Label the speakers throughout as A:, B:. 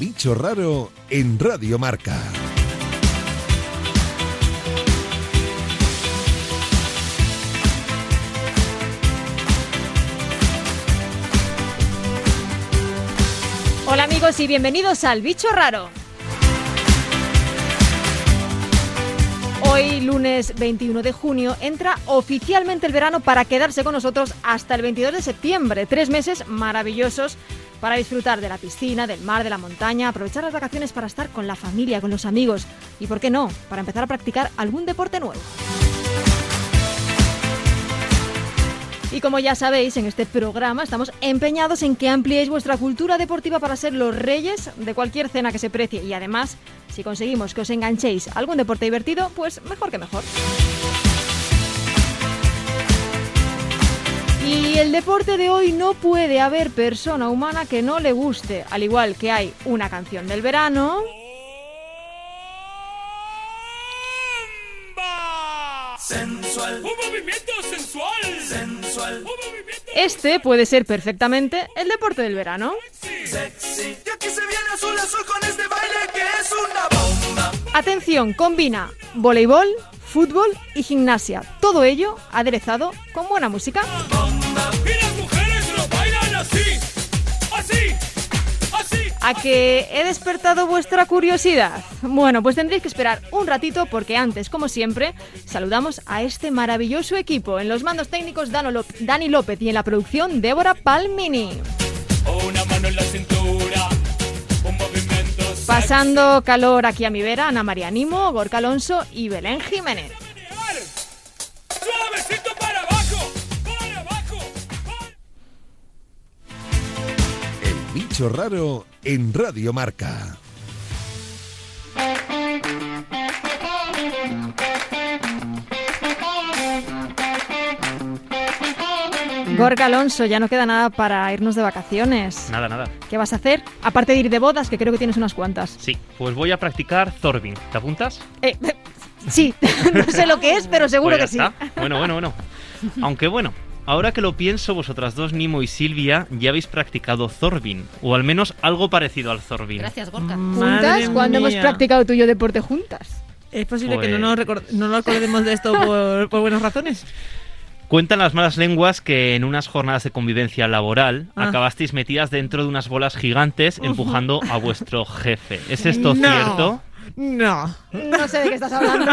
A: Bicho Raro en Radio Marca.
B: Hola amigos y bienvenidos al Bicho Raro. Hoy, lunes 21 de junio, entra oficialmente el verano para quedarse con nosotros hasta el 22 de septiembre. Tres meses maravillosos para disfrutar de la piscina, del mar, de la montaña, aprovechar las vacaciones para estar con la familia, con los amigos y, ¿por qué no?, para empezar a practicar algún deporte nuevo. Y como ya sabéis, en este programa estamos empeñados en que ampliéis vuestra cultura deportiva para ser los reyes de cualquier cena que se precie. Y además, si conseguimos que os enganchéis a algún deporte divertido, pues mejor que mejor. Y el deporte de hoy no puede haber persona humana que no le guste, al igual que hay una canción del verano.
C: Sensual. Un movimiento sensual. Sensual. Un movimiento
B: Este puede ser perfectamente el deporte del verano.
C: sexy. Y aquí se viene azul azul con este baile que es una bomba.
B: Atención, combina voleibol, fútbol y gimnasia. Todo ello aderezado con buena música.
C: Y las mujeres lo bailan así. Así. Así.
B: ¿A que he despertado vuestra curiosidad? Bueno, pues tendréis que esperar un ratito porque antes, como siempre, saludamos a este maravilloso equipo. En los mandos técnicos Dano Lop- Dani López y en la producción Débora Palmini.
C: Una mano en la cintura. Un movimiento sexy.
B: Pasando calor aquí a mi vera, Ana María Nimo, Gorka Alonso y Belén Jiménez.
C: Llegar. Suavecito para abajo. Para abajo. para-
A: El Bicho Raro en Radio Marca.
D: Mm.
B: Gorka Alonso, ya no queda nada para irnos de vacaciones.
D: Nada, nada.
B: ¿Qué vas a hacer? Aparte de ir de bodas, que creo que tienes unas cuantas.
D: Sí, pues voy a practicar Zorbing. ¿Te apuntas?
B: Eh, sí, no sé lo que es, pero seguro
D: Pues ya
B: que sí.
D: está. Bueno, bueno, bueno. Aunque bueno, ahora que lo pienso, vosotras dos, Nimo y Silvia, ya habéis practicado Zorbing. O al menos algo parecido al Zorbing.
E: Gracias, Gorka.
D: Mm.
B: ¿Juntas?
F: Madre
B: cuando hemos
F: mía.
B: practicado tú y yo deporte juntas?
F: Es posible que
D: Pues-
F: no nos, record- no nos acordemos de esto por, por buenas razones.
D: Cuentan las malas lenguas que en unas jornadas de convivencia laboral
F: Ah.
D: acabasteis metidas dentro de unas bolas gigantes empujando a vuestro jefe. ¿Es esto
F: No.
D: cierto?
F: No.
B: No sé de qué estás hablando.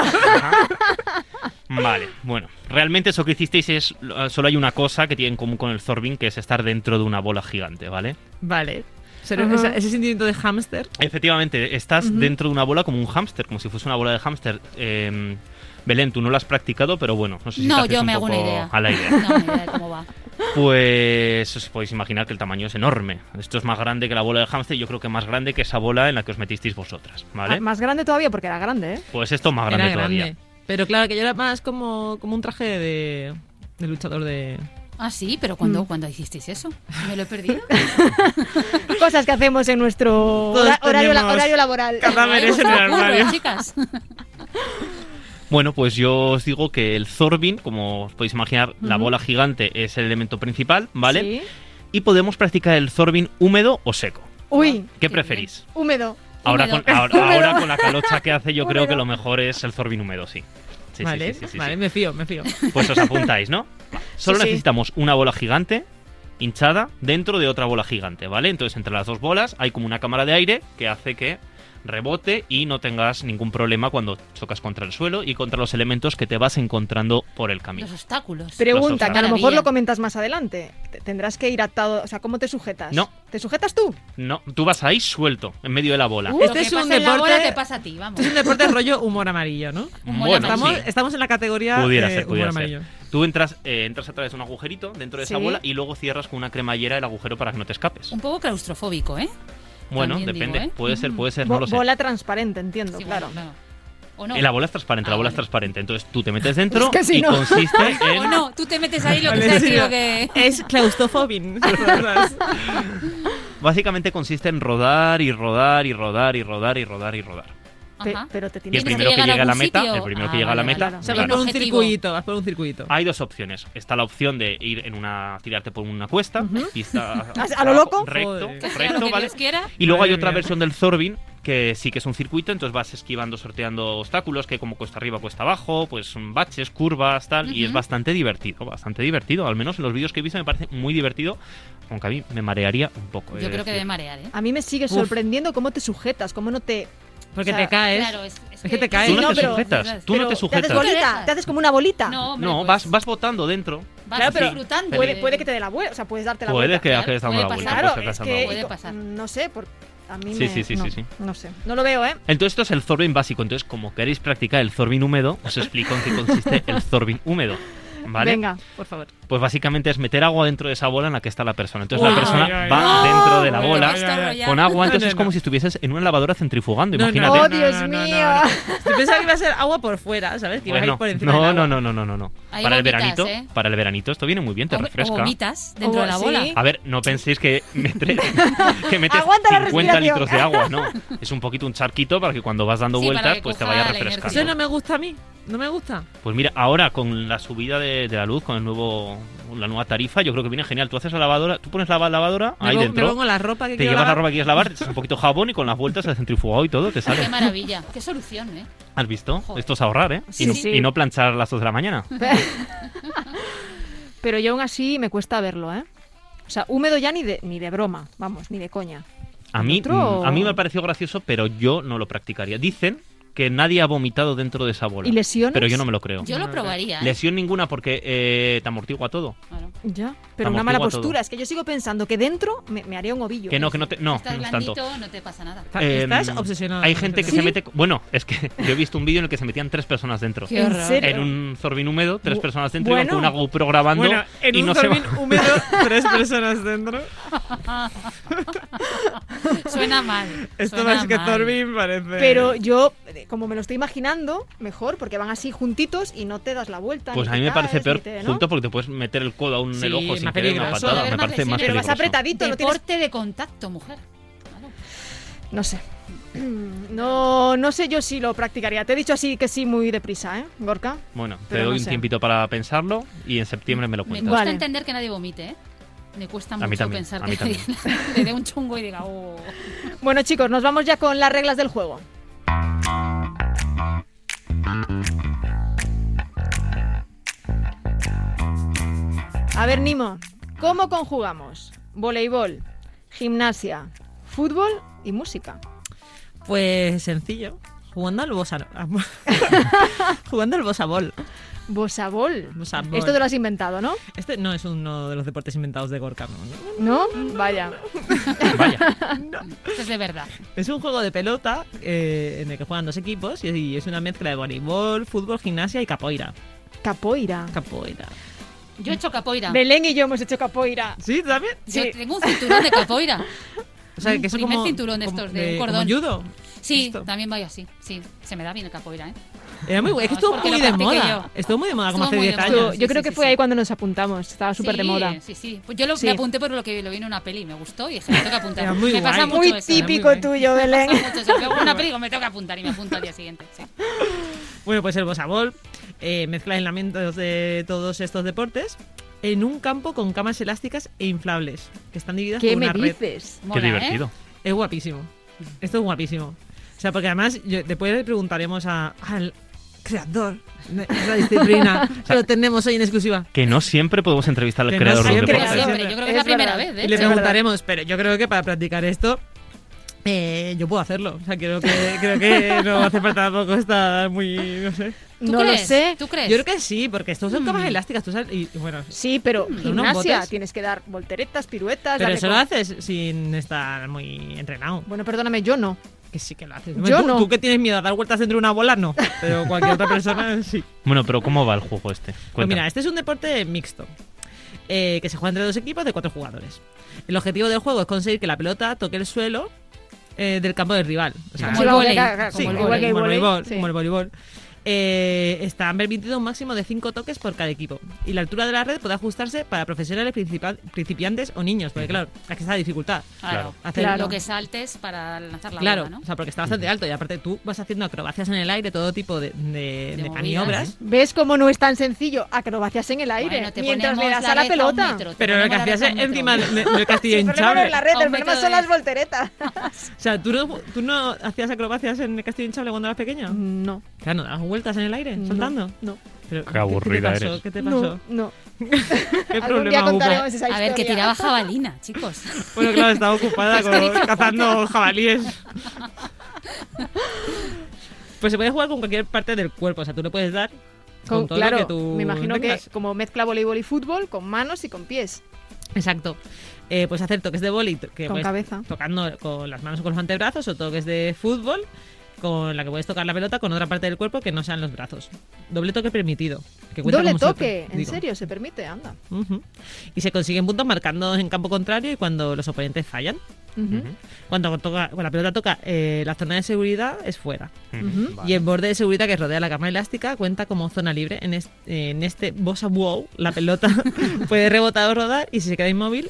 D: Vale, bueno, realmente eso que hicisteis es. Solo hay una cosa que tiene en común con el Zorbing, que es estar dentro de una bola gigante, ¿vale?
F: Vale. Pero
B: Ajá.
F: esa- ese sentimiento de hámster.
D: Efectivamente, estás dentro de una bola como un hámster, como si fuese una bola de hámster. Eh, Belén, tú no lo has practicado, pero bueno, no sé si te
E: No,
D: haces
E: yo
D: un
E: me hago una
D: poco
E: idea.
D: a la
E: No,
D: idea.
E: ni idea de cómo va.
D: Pues os podéis imaginar que el tamaño es enorme. Esto es más grande que la bola del hámster y yo creo que más grande que esa bola en la que os metisteis vosotras,
E: Ah,
D: ¿vale?
B: Más grande todavía porque era grande, ¿eh?
D: Pues esto más grande
F: era
D: todavía.
F: grande. Pero claro, que yo era más como, como un traje de, de luchador de...
E: Ah, sí, pero
D: Mm.
E: ¿cuándo, ¿cuándo hicisteis eso? ¿Me lo he perdido?
B: Cosas que hacemos en nuestro
F: Todos
B: hora- horario, la-
F: tenemos
B: horario laboral.
F: cadáveres
E: Ay,
F: en
E: vuestro
F: el
E: curro,
F: armario.
E: chicas.
D: Bueno, pues yo os digo que el Zorbin, como os podéis imaginar, la
B: Ujú.
D: bola gigante es el elemento principal, ¿vale?
B: Sí.
D: Y podemos practicar el Zorbin húmedo o seco.
B: Uy,
D: ¿Qué
E: Qué
D: preferís?
B: húmedo.
D: Ahora
E: Húmedo.
D: con, ahora,
B: Húmedo.
D: ahora con la calocha que hace, yo creo
B: Húmedo.
D: que lo mejor es el zorbín húmedo, sí. Sí, sí,
F: vale,
D: sí, sí, sí,
F: vale,
D: sí.
F: me fío, me fío.
D: Pues os apuntáis, ¿no? Va. Solo
B: Sí, sí.
D: necesitamos una bola gigante hinchada dentro de otra bola gigante, ¿vale? Entonces entre las dos bolas hay como una cámara de aire que hace que rebote y no tengas ningún problema cuando chocas contra el suelo y contra los elementos que te vas encontrando por el camino.
E: Los obstáculos.
B: Pregunta, que a lo mejor
E: Maravilla.
B: lo comentas más adelante. Te- Tendrás que ir atado. O sea, ¿cómo te sujetas?
D: No.
B: ¿Te sujetas tú?
D: No, tú vas ahí suelto, en medio de la bola.
E: Lo
F: Este
E: que
F: es
E: pasa
F: un
E: en la bola
F: deporte-
E: te pasa a ti, vamos.
F: Esto es un deporte rollo humor amarillo, ¿no?
E: Mola
D: Bueno,
E: más.
F: Estamos,
D: sí.
F: estamos en la categoría
D: Pudiera
F: eh,
D: ser,
F: humor
D: pudiera
F: amarillo.
D: ser. Tú entras, eh, entras a través de un agujerito dentro de esa
B: Sí.
D: bola y luego cierras con una cremallera el agujero para que no te escapes.
E: Un poco claustrofóbico, ¿eh?
D: Bueno,
E: también digo,
D: depende.
E: ¿eh?
D: Puede ser,
E: Mm.
D: puede
B: Bo-
D: ser, Pues no lo sé.
B: Bola transparente, entiendo,
E: Sí,
B: claro.
E: bueno, no. ¿O no?
D: Eh, La bola es transparente,
E: Ah,
D: la bola es
E: vale.
D: transparente. Entonces tú te metes dentro
B: Es que si
D: y
B: no.
D: consiste
E: Ah, O
D: en.
E: no, tú te metes ahí lo que
F: Vale,
E: sea,
F: sí,
E: tío,
F: no.
E: que...
F: Es claustrofobin.
D: Básicamente consiste en rodar y rodar y rodar y rodar y rodar y rodar y rodar.
B: Pe-
E: Ajá.
B: pero te
D: Y el
B: tienes
E: Tienes
D: primero que,
E: llegar a
D: llega a la
E: algún
D: meta,
E: sitio.
D: el primero
E: Ah,
D: que llega a la
E: vale,
D: meta,
E: vale, vale.
F: O sea, vas
E: Claro.
F: por un
E: Objetivo.
F: circuito, vas por un circuito.
D: Hay dos opciones. Está la opción de ir en una tirarte por una cuesta, pista
B: ¿A- a lo loco?
D: recto,
F: Joder.
E: Que sea lo
D: recto,
E: que
D: ¿vale?
E: Dios quiera.
D: Y luego
F: Madre
D: hay otra
F: mía.
D: versión del Zorbin que sí que es un circuito, entonces vas esquivando, sorteando obstáculos que como cuesta arriba, cuesta abajo, pues son baches, curvas, tal, y es
E: Ujú.
D: bastante divertido, bastante divertido, al menos en los vídeos que he visto me parece muy divertido, aunque a mí me marearía un poco. he
E: Yo
D: de
E: creo que
D: decir.
E: de marear, ¿eh?
B: A mí me sigue
F: Uf.
B: sorprendiendo cómo te sujetas, cómo no te...
F: Porque
B: o sea,
F: te caes.
E: Claro, es,
F: Es que te caes.
D: Tú no,
B: no,
D: te
B: pero-
D: sujetas, tú no
B: pero
D: te
B: Te
D: sujetas.
B: haces bolita,
E: Regresas.
B: te haces como una bolita.
E: No, hombre,
D: no,
E: pues,
D: vas, vas votando dentro.
E: vas
B: Claro, pero
E: disfrutando
B: Puede,
E: de-
B: puede que te dé la vuelta, o sea, puedes darte la
D: Puedes
B: vuelta.
D: que
E: claro,
D: que dando
E: puede
D: la vuelta.
E: pasar,
D: puedes
B: Claro,
D: quedar
B: es
D: dando la
B: que
E: Puede
D: vuelta.
E: pasar.
B: no sé, por, a mí
D: Sí,
B: me,
D: sí, sí,
B: no,
D: sí, sí.
B: no sé, no lo veo, ¿eh?
D: Entonces esto es el Zorbin básico. Entonces, como queréis practicar el Zorbin húmedo, os explico en qué consiste el Zorbin húmedo. ¿Vale?
B: Venga,
F: Por favor.
D: Pues básicamente es meter agua dentro de esa bola en la que está la persona. Entonces
F: Uy,
D: la persona
F: ay, ay,
D: va
F: ay.
D: dentro de la
F: Ay,
D: bola
F: ay,
E: Esto rollo.
D: con agua. Entonces
F: No, no,
D: es como
F: no.
D: si estuvieses en una lavadora centrifugando.
F: No, no,
D: Imagínate.
B: ¡Oh, Dios mío!
F: Yo pensaba que iba a ser agua por fuera, ¿sabes? Que ibas a
D: Bueno,
F: ir por encima.
D: no,
F: del
D: no,
F: agua.
D: no, no, no, no, no.
E: Ahí
D: Para el
E: vomitas,
D: veranito,
E: ¿eh?
D: para el veranito esto viene muy bien, te
E: O-
D: refresca.
E: O vomitas dentro
B: O-
E: de la bola.
B: sí.
D: A ver, no penséis que meter, que metes
B: Aguanta la
D: 50
B: respiración.
D: litros de agua, no. Es un poquito un charquito para que cuando vas dando
E: Sí, para
D: vueltas
E: que
D: pues te
E: coja
D: vaya
E: la
D: refrescando.
E: inercia.
F: Eso no me gusta a mí. No me gusta.
D: Pues mira, ahora con la subida de, de la luz, con el nuevo la nueva tarifa, yo creo que viene genial. Tú haces la lavadora, tú pones la va- lavadora
F: Me,
D: ahí
F: pongo, me
D: dentro,
F: pongo la ropa que
D: te
F: quiero
D: llevas la
F: lavar.
D: ropa que quieres lavar, te echas un poquito de jabón y con las vueltas al centrifugado y todo te
E: Qué
D: sale.
E: maravilla. Qué solución, ¿eh?
D: ¿Has visto?
E: Joder.
D: Esto es ahorrar, ¿eh?
B: Sí,
D: y, no,
B: sí.
D: y no planchar a las 2 de la mañana.
B: Pero yo aún así me cuesta verlo, ¿eh? O sea, húmedo ya ni de, ni de broma, vamos, ni de coña.
D: A mí,
B: ¿Otro?
D: mm, a mí me pareció gracioso, pero yo no lo practicaría. Dicen que nadie ha vomitado dentro de esa bola.
B: ¿Y lesiones?
D: Pero yo no me lo creo.
E: Yo lo probaría. ¿eh?
D: Lesión ninguna porque eh, te amortigua todo.
E: Claro.
B: Ya, pero
D: Vamos,
B: una mala
D: digo a todo.
B: postura. Es que yo sigo pensando que dentro me, me haría un ovillo.
D: Que no, que no te. No,
E: Estás
D: no es tanto.
E: blandito, no te pasa nada.
F: Está-
D: Eh,
F: Estás obsesionado.
D: Hay gente que
B: ¿Sí?
D: se mete. Bueno, es que yo he visto un vídeo en el que se metían tres personas dentro.
E: Qué horror.
B: ¿En serio?
D: En un zorbín húmedo, tres
B: Bu-
D: personas dentro, iban con
B: bueno.
D: una GoPro grabando
F: Bueno, en
D: y
F: un
D: no se
F: zorbín
D: va.
F: húmedo, tres personas dentro.
E: Suena mal.
F: Esto
E: suena
F: más que
E: mal.
F: zorbín parece.
B: Pero yo, eh, como me lo estoy imaginando, mejor, porque van así juntitos y no te das la vuelta.
D: Pues
B: ni
D: a mí
B: te
D: me parece
B: caes, ni
D: peor
B: te- ¿no?
D: junto porque te puedes meter el codo aún en el
F: Sí,
D: ojo sin
F: más
D: querer una
F: peligroso.
D: patada.
E: Debe
D: Me
E: haber
D: parece
E: más
D: más
B: Pero
E: lesiones.
B: vas
D: peligroso.
B: apretadito, no tienes...
E: Deporte de contacto, mujer. Claro.
B: No sé. No, no sé yo si lo practicaría. Te he dicho así que sí muy deprisa, ¿eh, Gorka?
D: Bueno, te
B: Pero
D: doy
B: no
D: un
B: sé.
D: tiempito para pensarlo y en septiembre me lo
E: Me
D: cuentas.
E: cuesta
B: Vale.
E: entender que nadie vomite, ¿eh? Me cuesta
D: mí
E: mucho
D: también,
E: pensar
D: a mí
E: que nadie le dé un chungo y diga, oh.
B: Bueno, chicos, nos vamos ya con las reglas del juego. A ver, Nimo, ¿cómo conjugamos voleibol, gimnasia, fútbol y música?
F: Pues sencillo. Jugando al bosa. jugando al bosa bol.
B: Bosabol.
F: Bosabol.
B: Esto te lo has inventado, ¿no?
F: Este no es uno de los deportes inventados de Gorka. ¿no?
B: ¿No? Vaya.
D: Vaya,
E: Esto es de verdad.
F: Es un juego de pelota eh, en el que juegan dos equipos y, y es una mezcla de voleibol, fútbol, gimnasia y capoeira.
B: Capoeira.
F: Capoeira.
E: Yo he hecho capoira.
B: Belén y yo hemos hecho capoeira.
F: ¿Sí? ¿También?
E: Yo
B: sí.
E: tengo un cinturón de capoira.
F: O sea, que es
E: Primer
F: como,
E: cinturón de
F: como
E: estos, de un
F: como
E: cordón.
F: judo.
E: Sí,
F: Esto.
E: también voy así. Sí, se me da bien el capoeira, ¿eh?
F: Era muy guay. Es que estuvo
E: Porque
F: muy
E: lo
F: de
E: practiqué
F: moda.
E: yo.
F: Estuvo muy de moda como
E: Estuvo
F: hace
E: muy de
F: 10
E: moda.
F: años.
B: Yo, yo
E: sí,
B: creo
E: sí,
B: que fue
E: sí.
B: ahí cuando nos apuntamos. Estaba súper de
E: Sí,
B: moda.
E: Sí, sí. Pues yo lo,
B: Sí.
E: me apunté por lo que lo vi en una peli, me gustó y dije, me tengo que apuntar.
F: Era muy
E: me pasa
F: guay.
E: mucho
B: Muy
E: eso.
B: típico
F: muy bien.
B: tuyo, Belén.
E: Me pasa mucho eso. Veo una peli y digo, me tengo que apuntar y me apunto al día siguiente. sí.
F: Bueno, pues el bosabol eh, mezcla aislamientos de todos estos deportes en un campo con camas elásticas e inflables que están divididas
B: ¿Qué
F: por
B: me
F: una red.
B: dices?
E: Mola,
D: qué
E: ¿eh?
D: divertido.
F: Es guapísimo. Esto es guapísimo. O sea, porque además yo- después le preguntaremos a- al creador de esa disciplina. que lo tenemos hoy en exclusiva.
D: Que no siempre podemos entrevistar al
F: Que no
D: creador de un
F: siempre.
E: Pero
F: Creo-
D: deporte.
E: siempre, yo creo que
B: Es
E: es, la primera
B: verdad.
E: vez, de
F: Y le
E: hecho.
F: preguntaremos, pero yo creo que para practicar esto eh, yo puedo hacerlo. O sea, creo que, creo que no hace falta tampoco estar muy... No sé.
E: ¿Tú
B: no
E: crees?
B: lo sé.
E: ¿Tú crees?
F: Yo creo que sí, porque estos son camas elásticas. Tú sabes, y, y bueno,
B: Sí, pero gimnasia
F: Mm, botes?
B: tienes que dar volteretas, piruetas.
F: Pero
B: darle
F: eso
B: con-
F: lo haces sin estar muy entrenado.
B: Bueno, perdóname, yo no.
F: Que sí que lo haces.
B: Yo
F: tú,
B: no.
F: tú que tienes miedo a dar vueltas dentro de una bola, no. Pero cualquier otra persona sí.
D: Bueno, pero ¿cómo va el juego este?
F: Pues mira,
D: Cuéntame.
F: este es un deporte mixto. eh, que se juega entre dos equipos de cuatro jugadores. El objetivo del juego es conseguir que la pelota toque el suelo eh, del campo del rival. O sea,
E: Como el
B: vamos,
E: vóley.
B: ya, ya, ya,
F: sí,
B: como el
F: como
B: vóley,
F: el voleibol.
B: sí.
F: como el voleibol. eh, están permitido un máximo de 5 toques por cada equipo. Y la altura de la red puede ajustarse para profesionales, principa- principiantes o niños, porque claro, aquí está la dificultad.
E: Claro.
F: Hacer
E: Claro.
B: lo
E: Lo que saltes para lanzar la
F: claro,
E: bola, ¿no?
F: o sea, porque está bastante alto y aparte tú vas haciendo acrobacias en el aire, todo tipo de, de-
E: De
F: de
E: movidas.
F: maniobras.
B: ¿Ves cómo no es tan sencillo? Acrobacias en el aire
E: Bueno, te
B: mientras
E: ponemos
B: le das
E: la
B: a la
E: red un
B: pelota.
E: metro, te
F: Pero lo que
E: ponemos la
F: hacías
E: red a un
F: encima
E: metro.
F: del del castillo
B: El problema no
F: hinchable.
B: es la red,
E: A
B: el
E: un metro
B: problema son
E: de-
B: las volteretas.
F: Ah. O sea, ¿tú no, ¿tú no hacías acrobacias en el castillo hinchable cuando eras pequeña?
B: No.
F: Claro, ¿no dabas vueltas en el aire,
B: Mm. No,
F: soltando?
B: no.
F: Pero,
D: Qué
F: te
D: aburrida
F: pasó?
D: eres.
F: ¿Qué te
B: No,
F: pasó?
B: no.
F: ¿Qué
B: Algún día
F: problema hubo?
B: contaremos esa historia.
E: A ver, que tiraba jabalina, chicos.
F: Bueno, claro, estaba ocupada con, cazando jabalíes. Pues se puede jugar con cualquier parte del cuerpo, o sea, tú le puedes dar con,
B: Con-
F: todo
B: claro,
F: lo que tú
B: me imagino
F: tengas.
B: que como mezcla voleibol y fútbol, con manos y con pies,
F: Exacto. Eh, puedes hacer toques de boli que pues,
B: con
F: puedes-
B: cabeza.
F: tocando con las manos o con los antebrazos o toques de fútbol con la que puedes tocar la pelota con otra parte del cuerpo que no sean los brazos. Doble toque permitido. que cuenta
B: Doble
F: como shot,
B: toque, en
F: digo.
B: serio, se permite, anda.
F: Ujú. Y se consiguen puntos marcando en campo contrario y cuando los oponentes fallan.
B: Ujú.
F: Cuando, toca, cuando la pelota toca eh, la zona de seguridad es fuera.
B: Ujú.
D: Vale.
F: Y el borde de seguridad que rodea la cama elástica cuenta como zona libre. En este, en este bossa wow, la pelota puede rebotar o rodar y si se queda inmóvil,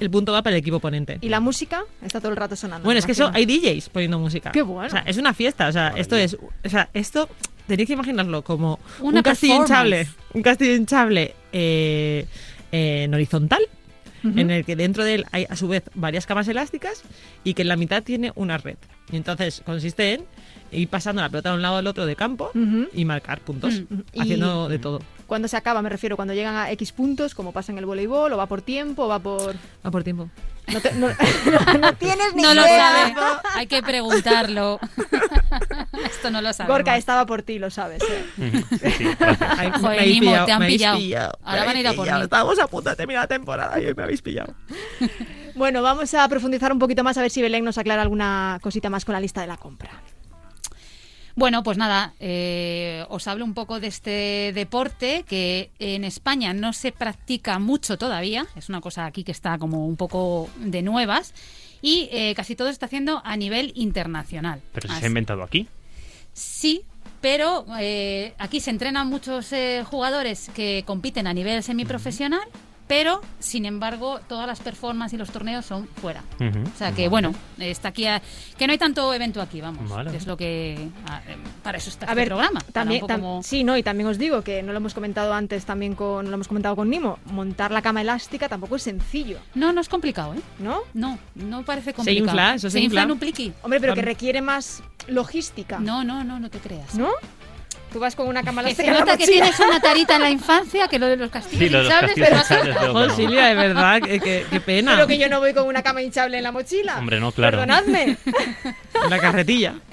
F: el punto va para el equipo oponente.
B: Y la música está todo el rato sonando.
F: Bueno,
B: me
F: es que eso
B: imagino.
F: hay DJs poniendo música.
B: Qué bueno.
F: O sea, es una fiesta. O sea, esto es. O sea, esto tenéis que imaginarlo como
E: Una
F: un castillo hinchable.
E: performance.
F: Un castillo hinchable eh, eh, en horizontal,
B: Ujú.
F: en el que dentro de él hay a su vez varias camas elásticas y que en la mitad tiene una red. Y entonces consiste en ir pasando la pelota de un lado al otro de campo
B: Ujú.
F: y marcar puntos,
B: Mm. Y-
F: haciendo de todo.
B: Cuando se acaba, me refiero, cuando llegan a X puntos, como pasa en el voleibol, o va por tiempo, o va por...
F: Va por tiempo.
B: No, te- no- no tienes ni
E: No lo
B: idea.
E: sabe. Hay que preguntarlo. Esto no lo sabe.
B: Gorka, estaba por ti, lo sabes. ¿eh?
D: Sí, sí, gracias.
F: Ay,
E: Joder,
F: habéis
E: Nimo, te han
F: me habéis
E: pillado. Ahora
F: me
E: van a ir a
F: habéis
E: por
F: pillado.
E: mí.
F: Estábamos a punto de terminar la temporada y hoy me habéis pillado.
B: Bueno, vamos a profundizar un poquito más a ver si Belén nos aclara alguna cosita más con la lista de la compra.
E: Bueno, pues nada, eh, os hablo un poco de este deporte que en España no se practica mucho todavía. Es una cosa aquí que está como un poco de nuevas. Y eh, casi todo se está haciendo a nivel internacional.
D: Pero si se
E: Así-
D: ha inventado aquí.
E: Sí, pero eh, aquí se entrenan muchos eh, jugadores que compiten a nivel semiprofesional, pero sin embargo todas las performances y los torneos son fuera.
D: Ujú.
E: O sea que bueno, está aquí a- que no hay tanto evento aquí, vamos.
D: Vale.
E: que es lo que a- eh, para eso está
B: A
E: este
B: ver,
E: programa. para
B: también,
E: un poco
B: tam-
E: como-
B: sí, no, y también os digo que no lo hemos comentado antes, también con, lo hemos comentado con Nimo, montar la cama elástica tampoco es sencillo,
E: No, no es complicado, ¿eh?
B: ¿no?
E: No, no parece complicado.
F: infla, eso se infla.
E: en un pliqui.
B: Hombre, pero que
F: Tam-
B: requiere más logística, ¿no?
E: No, no, no, no te creas.
B: Tú vas con una cama
E: Que
B: elástica
E: se
B: en la
E: nota que
B: mochila.
E: tienes una tarita en la infancia, que lo de los castillos
D: Sí, lo de los
E: hinchables,
D: castillos
E: pero-
D: hinchables, lo
F: Joder,
D: que no.
F: Silvia, de verdad, qué, qué- qué pena.
B: Pero que yo no voy con una cama hinchable en la mochila.
D: Hombre, no, claro.
B: Perdonadme.
F: La carretilla.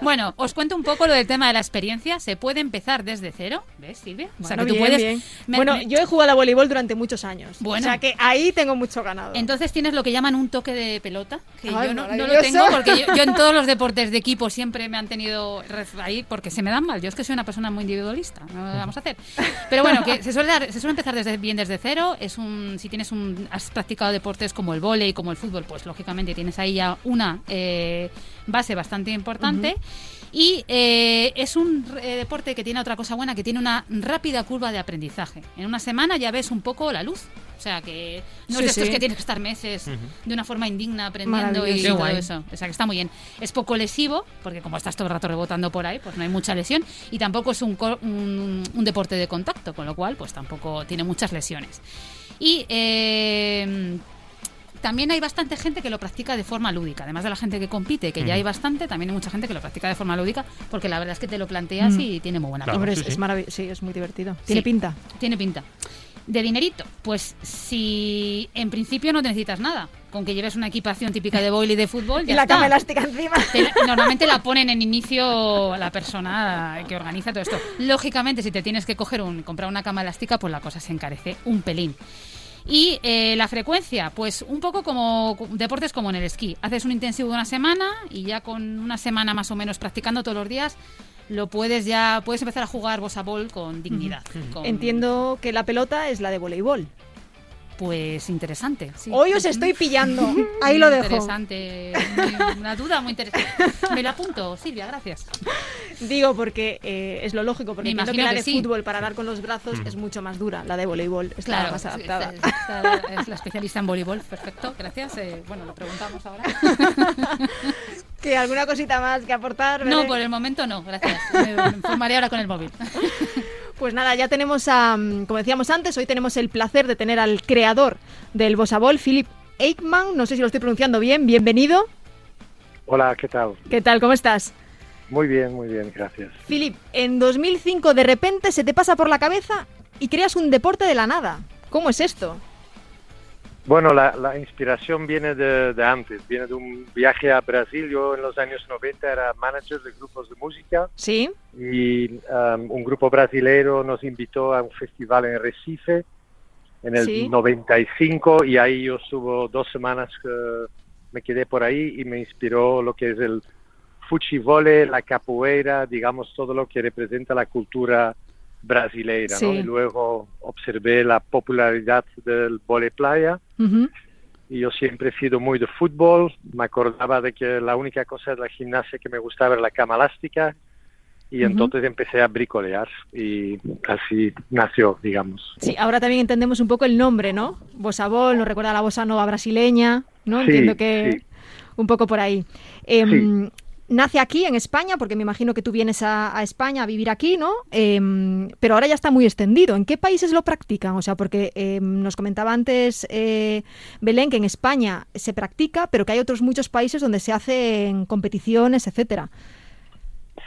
E: Bueno, os cuento un poco lo del tema de la experiencia. Se puede empezar desde cero, ¿ves, Silvia? o sea, que
B: Bueno,
E: tú
B: bien,
E: puedes...
B: bien.
E: me-
B: bueno,
E: me-
B: yo he jugado a voleibol durante muchos años.
E: Bueno.
B: O sea que ahí tengo mucho ganado.
E: Entonces tienes lo que llaman un toque de pelota, que
B: Ay,
E: yo no, no lo
B: maravilloso.
E: tengo porque yo, yo en todos los deportes de equipo siempre me han tenido ref- ahí porque se me dan mal. Yo es que soy una persona muy individualista, no lo vamos a hacer. Pero bueno, que se suele, dar- se suele empezar desde, bien desde cero. Es un, si tienes un, has practicado deportes como el vóley, como el fútbol, pues lógicamente tienes ahí ya una eh, base bastante importante. Y eh, es un eh, deporte que tiene otra cosa buena, que tiene una rápida curva de aprendizaje. En una semana ya ves un poco la luz. O sea que no
B: Sí,
E: es de estos
B: sí.
E: que tienes que estar meses de una forma indigna aprendiendo y
B: Maravilloso.
F: Qué
E: todo
F: guay.
E: eso. O sea que está muy bien. Es poco lesivo, porque como estás todo el rato rebotando por ahí, pues no hay mucha lesión. Y tampoco es un, cor- un, un deporte de contacto, con lo cual pues tampoco tiene muchas lesiones. Y eh, también hay bastante gente que lo practica de forma lúdica. Además de la gente que compite, que ya hay bastante, también hay mucha gente que lo practica de forma lúdica, porque la verdad es que te lo planteas y tiene muy buena
D: Claro,
B: Hombre,
D: sí,
B: es,
D: sí.
B: es maravilloso. Sí, es muy divertido. Tiene
E: Sí.
B: pinta.
E: tiene pinta. De dinerito, pues si en principio no te necesitas nada, con que lleves una equipación típica de boil y de fútbol, ya
B: y la
E: está.
B: cama elástica encima.
E: Te- normalmente la ponen en inicio la persona que organiza todo esto. Lógicamente, si te tienes que coger un, comprar una cama elástica, pues la cosa se encarece un pelín. Y eh, la frecuencia, pues un poco como cu- deportes como en el esquí. Haces un intensivo de una semana y ya con una semana más o menos practicando todos los días, lo puedes ya puedes empezar a jugar boss a ball con dignidad. con-
B: Entiendo que la pelota es la de voleibol.
E: Pues interesante. sí.
B: Hoy os estoy pillando. Ahí lo dejo.
E: Interesante. muy- Una duda muy interesante. Me la apunto, Silvia, gracias.
B: Digo porque eh, es lo lógico, porque
E: Me
B: entiendo que
E: imagino
B: la
E: que
B: de
E: sí.
B: fútbol para dar con los brazos
D: Mm.
B: es mucho más dura. La de voleibol está
E: Claro,
B: más adaptada.
E: esta- esta- esta es la especialista en voleibol, perfecto, gracias. Eh, bueno, lo preguntamos ahora.
B: ¿Que alguna cosita más que aportar?
E: No,
B: Belén?
E: por el momento no, gracias. Me me informaré ahora con el móvil.
B: Pues nada, ya tenemos a, mm, como decíamos antes, hoy tenemos el placer de tener al creador del Bosabol, Philip Eichmann. No sé si lo estoy pronunciando bien. Bienvenido.
G: Hola, ¿qué tal?
B: ¿Qué tal? ¿Cómo estás?
G: Muy bien, muy bien, gracias.
B: Philip, en 2005 de repente se te pasa por la cabeza y creas un deporte de la nada. ¿Cómo es esto?
G: Bueno, la, la inspiración viene de, de antes, viene de un viaje a Brasil. Yo en los años 90 era manager de grupos de música
B: Sí,
G: y um, un grupo brasileño nos invitó a un festival en Recife en el
B: Sí.
G: 95 y ahí yo estuve dos semanas que me quedé por ahí y me inspiró lo que es el fuchivole, la capoeira, digamos todo lo que representa la cultura brasileira. ¿no?
B: Sí.
G: Y luego observé la popularidad del vole playa
B: Ujú.
G: y yo siempre he sido muy de fútbol. Me acordaba de que la única cosa de la gimnasia que me gustaba era la cama elástica y
B: Ujú.
G: entonces empecé a bricolear y así nació, digamos.
B: sí. Ahora también entendemos un poco el nombre, ¿no? Bosabol nos recuerda a la bossa nova brasileña, ¿no?
G: Sí,
B: Entiendo que
G: sí.
B: un poco por ahí. Em, Nace aquí en España, porque me imagino que tú vienes a, a España a vivir aquí, ¿no? Em, pero ahora ya está muy extendido. ¿En qué países lo practican? O sea, porque em, nos comentaba antes eh, Belén que en España se practica, pero que hay otros muchos países donde se hacen competiciones, etcétera.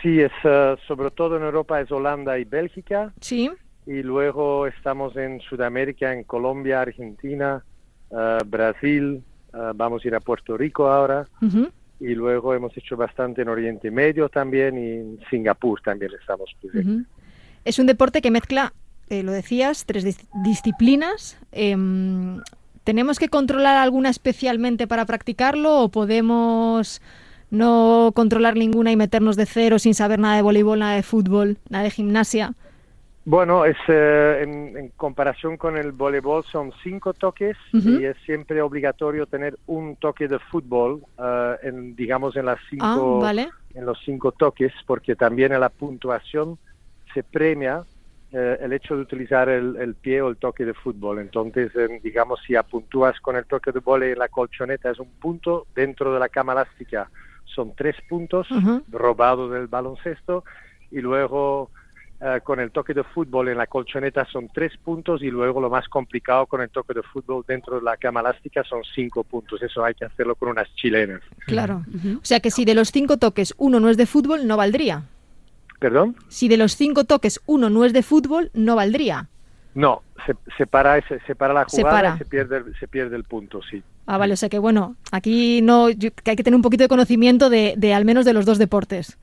G: Sí, es, eh, sobre todo en Europa es Holanda y Bélgica
B: Sí.
G: y luego estamos en Sudamérica, en Colombia, Argentina, eh, Brasil, eh, vamos a ir a Puerto Rico ahora
B: Ujú.
G: y luego hemos hecho bastante en Oriente Medio también y en Singapur también estamos presentes.
B: Ujú. Es un deporte que mezcla, eh, lo decías, tres dis- disciplinas. Em, ¿Tenemos que controlar alguna especialmente para practicarlo o podemos no controlar ninguna y meternos de cero sin saber nada de voleibol, nada de fútbol, nada de gimnasia?
G: Bueno, es, eh, en, en comparación con el voleibol son cinco toques
B: Ujú.
G: y es siempre obligatorio tener un toque de fútbol, eh, en, digamos en las cinco,
B: Ah, vale.
G: en los cinco toques, porque también en la puntuación se premia eh, el hecho de utilizar el, el pie o el toque de fútbol. Entonces, eh, digamos, si apuntúas con el toque de vole en la colchoneta es un punto, dentro de la cama elástica son tres puntos
B: Ujú.
G: robados del baloncesto y luego eh, con el toque de fútbol en la colchoneta son tres puntos y luego lo más complicado con el toque de fútbol dentro de la cama elástica son cinco puntos. Eso hay que hacerlo con unas chilenas.
B: Claro. O sea que si de los cinco toques uno no es de fútbol, no valdría.
G: ¿Perdón?
B: Si de los cinco toques uno no es de fútbol, no valdría.
G: No, se, separa, ese- separa la jugada
B: Separa.
G: y se pierde, el- se pierde el punto, sí.
B: Ah, vale, o sea que bueno, aquí no, yo- que hay que tener un poquito de conocimiento de, de al menos de los dos deportes.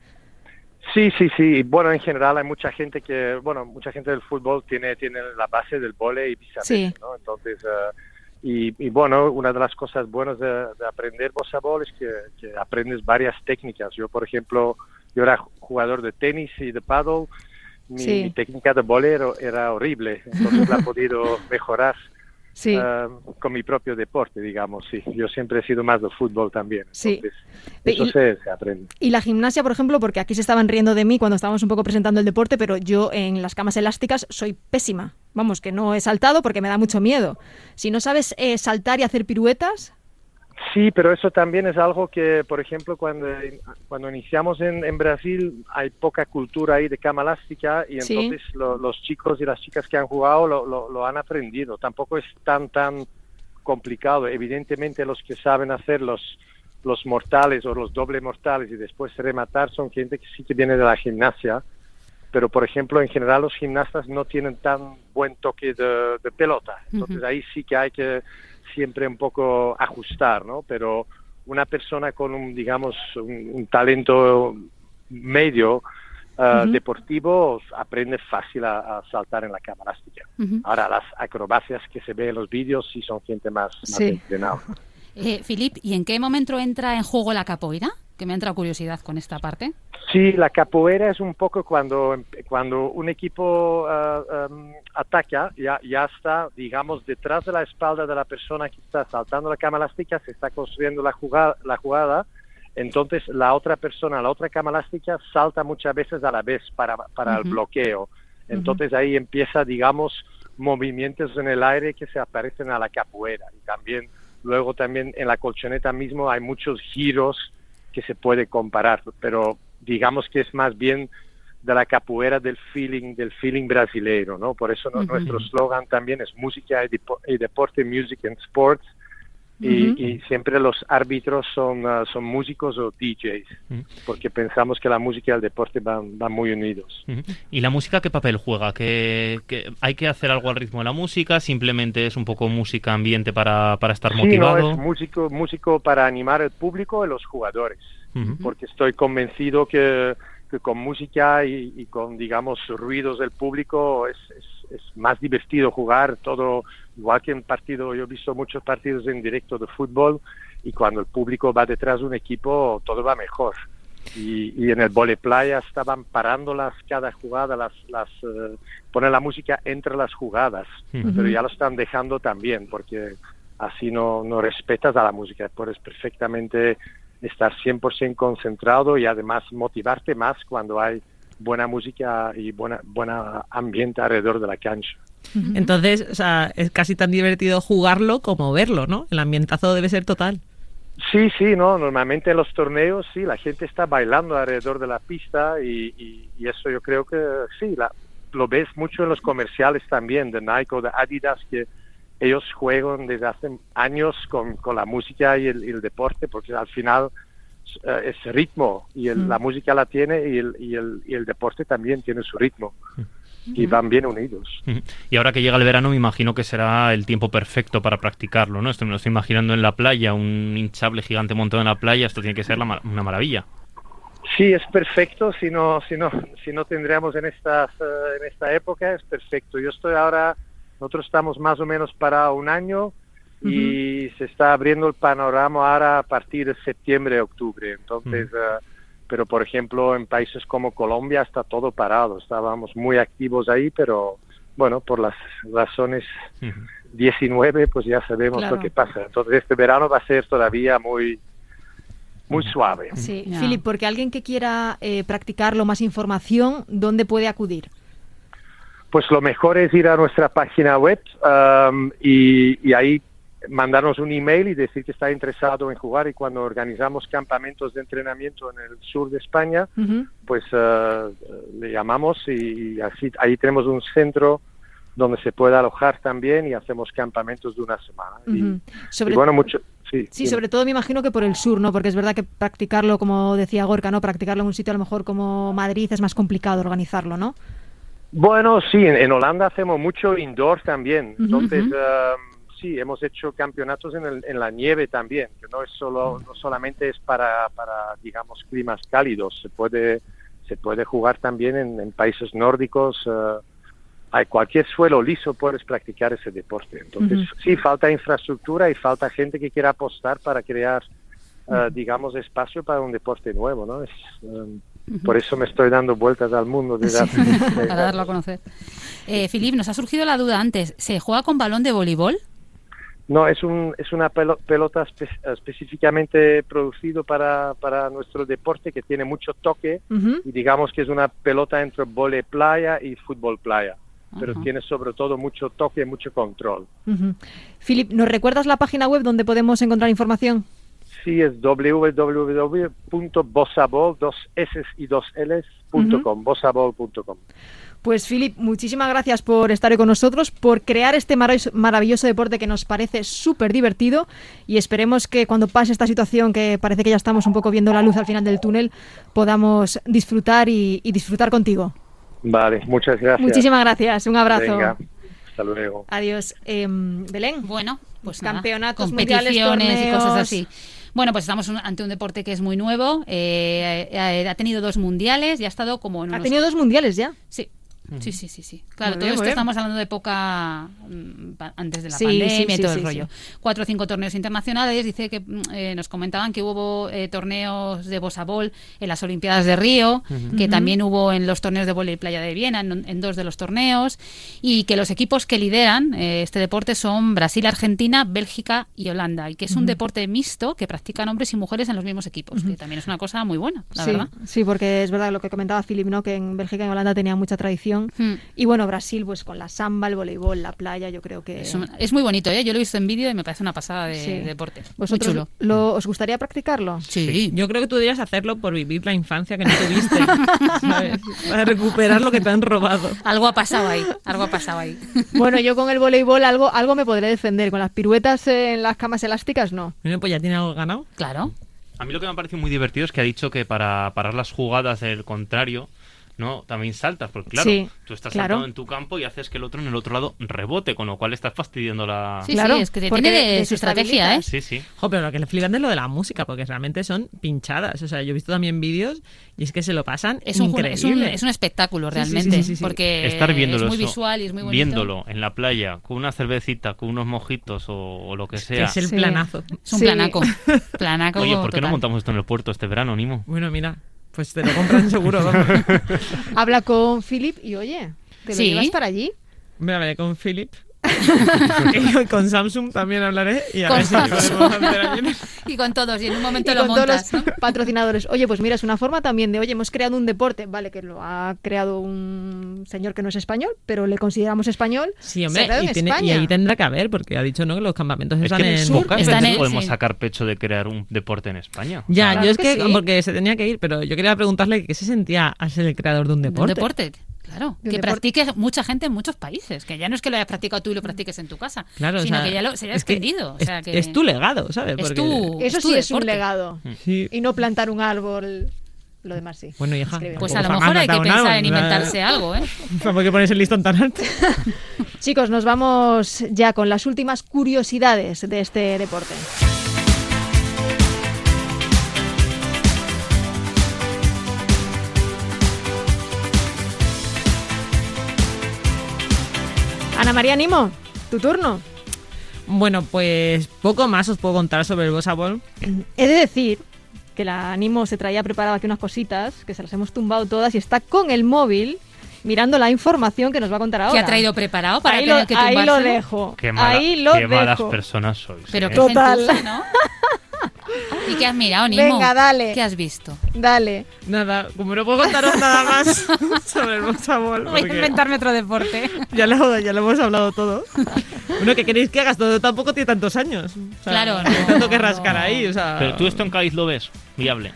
G: Sí, sí, sí. Bueno, en general hay mucha gente que, bueno, mucha gente del fútbol tiene, tiene la base del vole y viceversa,
B: Sí.
G: ¿no? Entonces, eh, y, y bueno, una de las cosas buenas de, de aprender bossa ball es que, que aprendes varias técnicas. Yo, por ejemplo, yo era jugador de tenis y de paddle. Mi,
B: Sí.
G: mi técnica de vole era, era horrible, entonces la he podido mejorar
B: Sí.
G: eh, con mi propio deporte, digamos, sí. Yo siempre he sido más de fútbol también,
B: Sí.
G: entonces
B: Pe-
G: eso
B: y-
G: se- se aprende.
B: Y la gimnasia, por ejemplo, porque aquí se estaban riendo de mí cuando estábamos un poco presentando el deporte, pero yo en las camas elásticas soy pésima. Vamos, que no he saltado porque me da mucho miedo. Si no sabes eh, saltar y hacer piruetas,
G: Sí, pero eso también es algo que, por ejemplo, cuando, cuando iniciamos en, en Brasil hay poca cultura ahí de cama elástica y
B: Sí.
G: entonces lo- los chicos y las chicas que han jugado lo, lo- lo han aprendido. Tampoco es tan, tan complicado. Evidentemente los que saben hacer los, los mortales o los doble mortales y después rematar son gente que sí que viene de la gimnasia. Pero, por ejemplo, en general los gimnastas no tienen tan buen toque de, de pelota. Entonces
E: Ujú.
G: ahí sí que hay que siempre un poco ajustar, ¿no? Pero una persona con un, digamos, un, un talento medio eh,
B: Ujú.
G: deportivo aprende fácil a, a saltar en la cama elástica.
E: Ujú.
G: Ahora las acrobacias que se ven en los vídeos sí son gente más, más
B: Sí.
G: entrenada.
E: Eh, Filip, ¿y en qué momento entra en juego la capoeira? que me ha entrado curiosidad con esta parte.
G: Sí, la capoeira es un poco cuando, cuando un equipo uh, um, ataca, ya, ya está, digamos, detrás de la espalda de la persona que está saltando la cama elástica, se está construyendo la jugada, la jugada entonces la otra persona, la otra cama elástica, salta muchas veces a la vez para, para el
E: Ujú.
G: bloqueo. Entonces ahí empieza, digamos, movimientos en el aire que se aparecen a la capoeira. Y también, luego también en la colchoneta mismo hay muchos giros que se puede comparar, pero digamos que es más bien de la capoeira del feeling, del feeling brasileiro, ¿no? Por eso no-
E: Ujú.
G: nuestro slogan también es música y, depo- y deporte, music and sports, y,
B: Ujú.
G: y siempre los árbitros son, ah, son músicos o DJs,
D: Mm.
G: porque pensamos que la música y el deporte van, van muy unidos.
D: Ujú. ¿Y la música qué papel juega? ¿Que, que hay que hacer algo al ritmo de la música? ¿Simplemente es un poco música ambiente para, para estar
G: Sí, no,
D: motivado?
G: es músico, músico para animar al público y los jugadores,
D: Ujú.
G: porque estoy convencido que, que con música y, y con, digamos, ruidos del público es, es- es más divertido jugar todo, igual que en partido, yo he visto muchos partidos en directo de fútbol y cuando el público va detrás de un equipo todo va mejor. Y, y en el vole playa estaban parándolas cada jugada, las, las eh, poner la música entre las jugadas,
D: Ujú.
G: pero ya lo están dejando también porque así no, no respetas a la música, puedes perfectamente estar 100% concentrado y además motivarte más cuando hay buena música y buena, buena ambiente alrededor de la cancha.
F: Entonces, o sea, es casi tan divertido jugarlo como verlo, ¿no? El ambientazo debe ser total.
G: Sí, sí, no, normalmente en los torneos sí, la gente está bailando alrededor de la pista y, y- y eso yo creo que sí, la- lo ves mucho en los comerciales también de Nike o de Adidas que ellos juegan desde hace años con, con la música y el, y el deporte porque al final eh, es ritmo y el-
B: Mm.
G: la música la tiene y el, y el- y el deporte también tiene su ritmo y van bien unidos.
D: Ujú. Y ahora que llega el verano, me imagino que será el tiempo perfecto para practicarlo, ¿no? Esto me lo estoy imaginando en la playa, un hinchable gigante montado en la playa, esto tiene que ser la mar- una maravilla.
G: Sí, es perfecto. Si no, si no, si no tendríamos en estas, eh, en esta época es perfecto. Yo estoy ahora, nosotros estamos más o menos para un año y se está abriendo el panorama ahora a partir de septiembre, octubre. Entonces, eh, pero por ejemplo en países como Colombia está todo parado. Estábamos muy activos ahí, pero bueno, por las razones
D: Ujú.
G: 19, pues ya sabemos
F: Claro.
G: lo que pasa. Entonces este verano va a ser todavía muy, muy suave.
B: Sí,
E: Ya.
B: Philip, porque alguien que quiera eh, practicarlo, más información, ¿dónde puede acudir?
G: Pues lo mejor es ir a nuestra página web um, y, y ahí mandarnos un email y decir que está interesado en jugar y cuando organizamos campamentos de entrenamiento en el sur de España,
B: Ujú.
G: pues eh, le llamamos y así ahí tenemos un centro donde se puede alojar también y hacemos campamentos de una semana. Y-
B: Ujú.
G: y,
B: Sobre-
G: bueno, mucho... Sí,
B: Sí,
G: dime.
B: sobre todo me imagino que por el sur, ¿no? Porque es verdad que practicarlo, como decía Gorka, ¿no? Practicarlo en un sitio a lo mejor como Madrid es más complicado organizarlo, ¿no?
G: Bueno, sí, en, en Holanda hacemos mucho indoor también. Entonces, um, sí, hemos hecho campeonatos en, el- en la nieve también, que no es solo, no solamente es para, para, digamos, climas cálidos, se puede, se puede jugar también en, en países nórdicos. eh, hay cualquier suelo liso puedes practicar ese deporte. Entonces, sí, falta infraestructura y falta gente que quiera apostar para crear, eh, digamos, espacio para un deporte nuevo, ¿no? Es, um, por eso me estoy dando vueltas al mundo desde hace 16
E: para darlo a
G: años.
E: conocer. Eh, Filip, nos ha surgido la duda antes. ¿Se juega con balón de voleibol?
G: No, es, un, es una pelo- pelota espe- específicamente producido para, para nuestro deporte que tiene mucho toque
B: Ujú.
G: y digamos que es una pelota entre vole playa y fútbol playa, pero
E: Ajá.
G: tiene sobre todo mucho toque y mucho control.
B: Ujú. Philip, ¿nos recuerdas la página web donde podemos encontrar información?
G: Sí, es www.bosabol, dos S y dos Ls, punto
B: Ujú.
G: com, bosabol.com.
B: Pues Philip, muchísimas gracias por estar hoy con nosotros, por crear este marav- maravilloso deporte que nos parece súper divertido y esperemos que cuando pase esta situación que parece que ya estamos un poco viendo la luz al final del túnel, podamos disfrutar y, y disfrutar contigo.
G: Vale, muchas gracias.
B: Muchísimas gracias, un abrazo.
G: Venga, hasta luego.
B: Adiós. Em, Belén.
E: Bueno, pues
B: Campeonatos,
E: nada,
B: mundiales,
E: competiciones y cosas
B: torneos.
E: así. Bueno, pues estamos un- ante un deporte que es muy nuevo. eh, eh, ha tenido dos mundiales y ha estado como en
B: Ha
E: unos-
B: tenido dos mundiales ya.
E: Sí. Sí, sí, sí, sí. Claro,
B: Muy
E: todo
B: bien,
E: esto
B: muy bien.
E: estamos hablando de época mm, pa- antes de la
B: Sí,
E: pandemia
B: sí,
E: y
B: sí,
E: todo
B: sí,
E: el rollo. Cuatro o cinco torneos internacionales. Dice que mm, eh, nos comentaban que hubo eh, torneos de bosabol en las Olimpiadas de Río, que también hubo en los torneos de vóley playa de Viena, en, en dos de los torneos, y que los equipos que lideran eh, este deporte son Brasil, Argentina, Bélgica y Holanda, y que es un deporte mixto que practican hombres y mujeres en los mismos equipos, que también es una cosa muy buena, la
B: sí,
E: verdad.
B: sí, porque es verdad lo que comentaba Philip, ¿no? que en Bélgica y en Holanda tenía mucha tradición.
E: Hmm.
B: Y bueno, Brasil, pues con la samba, el voleibol, la playa, yo creo que...
E: Es, un- es muy bonito, ¿eh? yo lo he visto en vídeo y me parece una pasada de
B: Sí.
E: deporte.
B: ¿Vosotros
E: muy chulo. Mm.
B: Lo, ¿Os gustaría practicarlo?
E: Sí.
F: Yo creo que tú deberías hacerlo por vivir la infancia que no tuviste, ¿sabes? Para recuperar lo que te han robado.
E: Algo ha pasado ahí, algo ha pasado ahí.
B: Bueno, yo con el voleibol algo, algo me podré defender. Con las piruetas eh, en las camas elásticas, no.
F: Bueno, pues ya tiene algo ganado.
E: Claro.
D: A mí lo que me ha parecido muy divertido es que ha dicho que para parar las jugadas del contrario, ¿no? También saltas, porque claro,
B: Sí,
D: tú estás
B: claro.
D: saltando en tu campo y haces que el otro en el otro lado rebote, con lo cual estás fastidiando la...
E: Sí,
B: Claro,
E: sí, es que te
B: porque
E: tiene de- su
B: desestabilizas.
E: estrategia,
D: sí.
E: ¿eh?
D: sí.
F: Jo, pero lo que le flipan es lo de la música, porque realmente son pinchadas. O sea, yo he visto también vídeos y es que se lo pasan
E: Es un, ju-
F: increíble.
E: es, un, es un espectáculo
F: Sí, sí, sí,
E: realmente,
F: sí, sí, sí.
E: porque
D: Estar viéndolo
E: Eh, es muy
D: eso,
E: visual y es muy bonito.
D: viéndolo en la playa con una cervecita, con unos mojitos o, o lo que sea.
F: Es el
B: Sí.
F: planazo.
E: Es un
B: Sí.
E: planaco. planaco
D: Oye, ¿por qué no
E: total.
D: montamos esto en el puerto este verano, Nimo?
F: Bueno, mira, pues te lo compran seguro. vamos.
B: Habla con Philip y oye, ¿te lo
E: Sí.
B: llevas para allí?
F: Me hablaré con Philip. y con Samsung también hablaré y a
E: Con
F: ver si
E: Samsung.
F: podemos hacer alguien.
E: Y con todos, y en un momento
B: y
E: lo
B: con todos
E: montas.
B: los
E: ¿no?
B: patrocinadores. Oye, pues mira, es una forma también de, oye, hemos creado un deporte, vale, que lo ha creado un señor que no es español, pero le consideramos español.
F: Sí,
B: Se ha
F: hombre,
B: creado
F: y,
B: en
F: tiene- y
B: España.
F: ahí tendrá que haber, porque ha dicho no que los campamentos
D: Es
F: están
D: que
F: en
D: en pocas
E: Están
D: veces
E: en-
D: podemos
E: sí.
D: sacar pecho de crear un deporte en España. O
F: Ya,
D: sea,
B: Claro
F: yo es
B: que
F: que,
B: sí.
F: porque se tenía que ir, pero yo quería preguntarle qué se sentía al ser el creador de un
E: De un
F: deporte.
E: deporte. Claro,
B: De un
E: que
B: deporte.
E: practiques mucha gente en muchos países, que ya no es que lo hayas practicado tú y lo practiques en tu casa,
F: Claro, o
E: sino
F: sea,
E: que ya lo se haya
F: es que
E: extendido. o
F: es-
E: sea, que
F: Es tu legado, ¿sabes?
E: es
F: Porque-
E: tu-
B: Eso
E: es tu
B: sí es un
E: deporte. Mm.
B: legado.
F: Sí.
B: Y no plantar un árbol, lo demás sí.
F: Bueno, hija,
B: Escribe.
E: Pues a
F: Tampoco
E: lo
F: jamás
E: mejor hay que
F: matado nada,
E: pensar en
F: ¿verdad?
E: inventarse algo, ¿eh?
F: ¿Por qué pones el listón tan alto?
B: Chicos, nos vamos ya con las últimas curiosidades de este deporte. Ana María Nimo, tu turno.
F: Bueno, pues poco más os puedo contar sobre el bossa ball.
B: He de decir que la Nimo se traía preparada aquí unas cositas, que se las hemos tumbado todas y está con el móvil mirando la información que nos va a contar ahora.
E: Que ha traído preparado para
B: ahí
E: tener
B: lo,
E: que
B: ahí lo
E: tumbárselo.
B: dejo.
D: qué mala-
B: ahí lo
D: qué malas
B: dejo.
D: personas sois.
E: Pero
D: ¿eh?
E: qué
B: Total.
E: gentuza, ¿no? ¿Y qué has mirado, Nimo?
B: Venga, dale.
E: ¿Qué has visto?
B: Dale.
F: Nada, como no puedo contaros nada más sobre el bossa ball, porque
E: otro deporte.
F: ya, lo, ya lo hemos hablado todo. Bueno, ¿qué queréis que hagas? Todo tampoco tiene tantos años. O sea,
E: Claro,
F: hay
E: no,
F: tanto que
E: no.
F: rascar ahí, o sea...
D: Pero tú esto en Cádiz lo ves viable.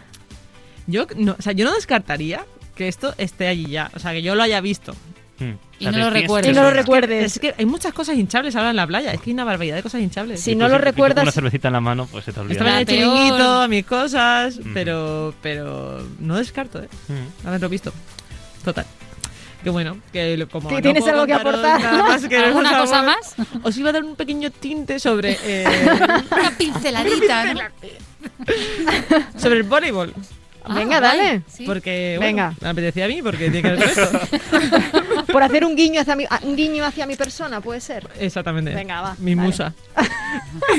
F: Yo no, o sea, yo no descartaría que esto esté allí ya, o sea, que yo lo haya visto.
D: Mm. O
E: Y
D: sea,
E: no lo
D: tienes
E: recuerdas.
B: Y
D: tres
B: no lo
D: horas.
B: recuerdes.
F: Es que hay muchas cosas hinchables ahora en la playa, es que hay una barbaridad de cosas hinchables.
B: Sí. Si
D: Y tú
B: no lo
D: siempre- y tú con
B: recuerdas-
D: Una cervecita en la mano, pues se te olvida.
F: Estaba en
E: La
F: el
E: peor.
F: chiringuito, a mis cosas,
D: Ujú.
F: pero pero no descarto, ¿eh?
D: Mm.
F: Haberlo visto. Total. Que bueno, que lo- como.
B: Que
F: no
B: tienes
F: puedo
B: algo que
F: contaros
B: aportar.
F: nada más que
E: ¿Alguna
F: los
E: cosa
F: sabores, Os iba a dar un pequeño tinte sobre. eh,
E: Una pinceladita, ¿no?
F: sobre el voleibol.
E: Ah,
B: Venga,
E: guay,
B: dale.
E: sí.
F: Porque. bueno,
B: Venga.
F: me apetecía a mí, porque tiene que ver con eso.
B: Por hacer un guiño hacia mi, a- un guiño hacia mi persona, puede ser.
F: Exactamente.
B: Venga, va,
F: Mi
B: vale.
F: musa.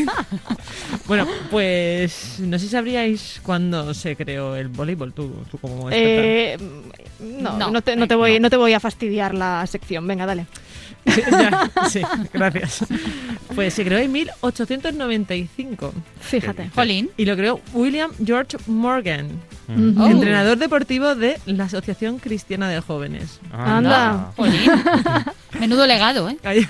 F: bueno, pues. No sé si sabríais cuándo se creó el voleibol, tú, tú como experta.
B: Eh, mm, no, no,
E: No.
B: te, no te voy, no te voy a fastidiar la sección. Venga, dale.
F: Ya, sí, gracias. Pues se creó en 1895
B: Fíjate.
E: Jolín.
F: y lo creó William George Morgan,
D: Mm.
E: Oh.
F: entrenador deportivo de la Asociación Cristiana de Jóvenes.
B: Anda.
E: Jolín. Menudo legado, ¿eh?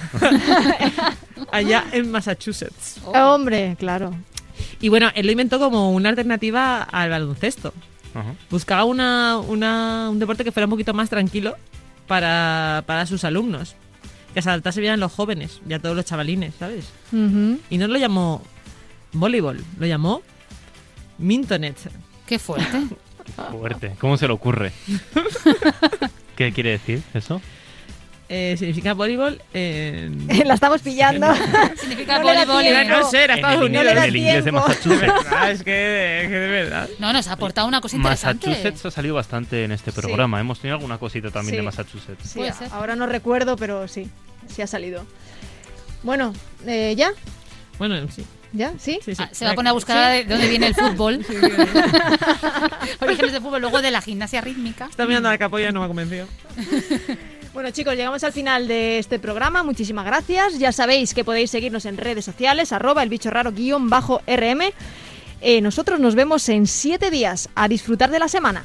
F: Allá, allá en Massachusetts.
E: Oh.
B: Ah, Hombre, claro.
F: Y bueno, él lo inventó como una alternativa al baloncesto.
D: Ajá.
F: Buscaba una, una- un deporte que fuera un poquito más tranquilo para, para sus alumnos, que se adaptase bien a los jóvenes y a todos los chavalines, ¿sabes?
B: Ujú.
F: Y no lo llamó voleibol, lo llamó Mintonet.
E: Qué fuerte.
D: Fuerte. ¿Cómo se le ocurre? ¿Qué quiere decir eso?
F: eh, significa voleibol en...
B: La estamos pillando.
E: Significa
B: No le da
E: voleibol.
B: tiempo.
F: No sé, era Estados
D: en el,
F: Unidos.
D: en
B: da
D: el inglés de
B: tiempo.
F: De
D: Massachusetts.
F: verdad, es que, es que de verdad.
E: ¿eh? No, nos ha aportado una cosa interesante.
D: Massachusetts ha salido bastante en este
E: Sí.
D: programa. Hemos tenido alguna cosita también
B: Sí.
D: de Massachusetts.
B: Sí,
E: Puede
B: a-
E: ser.
B: ahora no recuerdo, pero sí, sí ha salido. Bueno, eh, ¿ya?
F: Bueno, sí.
B: ¿Ya? ¿Sí?
F: sí, sí.
E: Ah, se va a poner a buscar de dónde viene el fútbol. Orígenes del fútbol, luego de la gimnasia rítmica.
F: Está mirando a la capoya y no me ha convencido.
B: Bueno chicos, llegamos al final de este programa, muchísimas gracias. Ya sabéis que podéis seguirnos en redes sociales, arroba el bicho raro guión bajo RM. Eh, nosotros nos vemos en siete días, a disfrutar de la semana.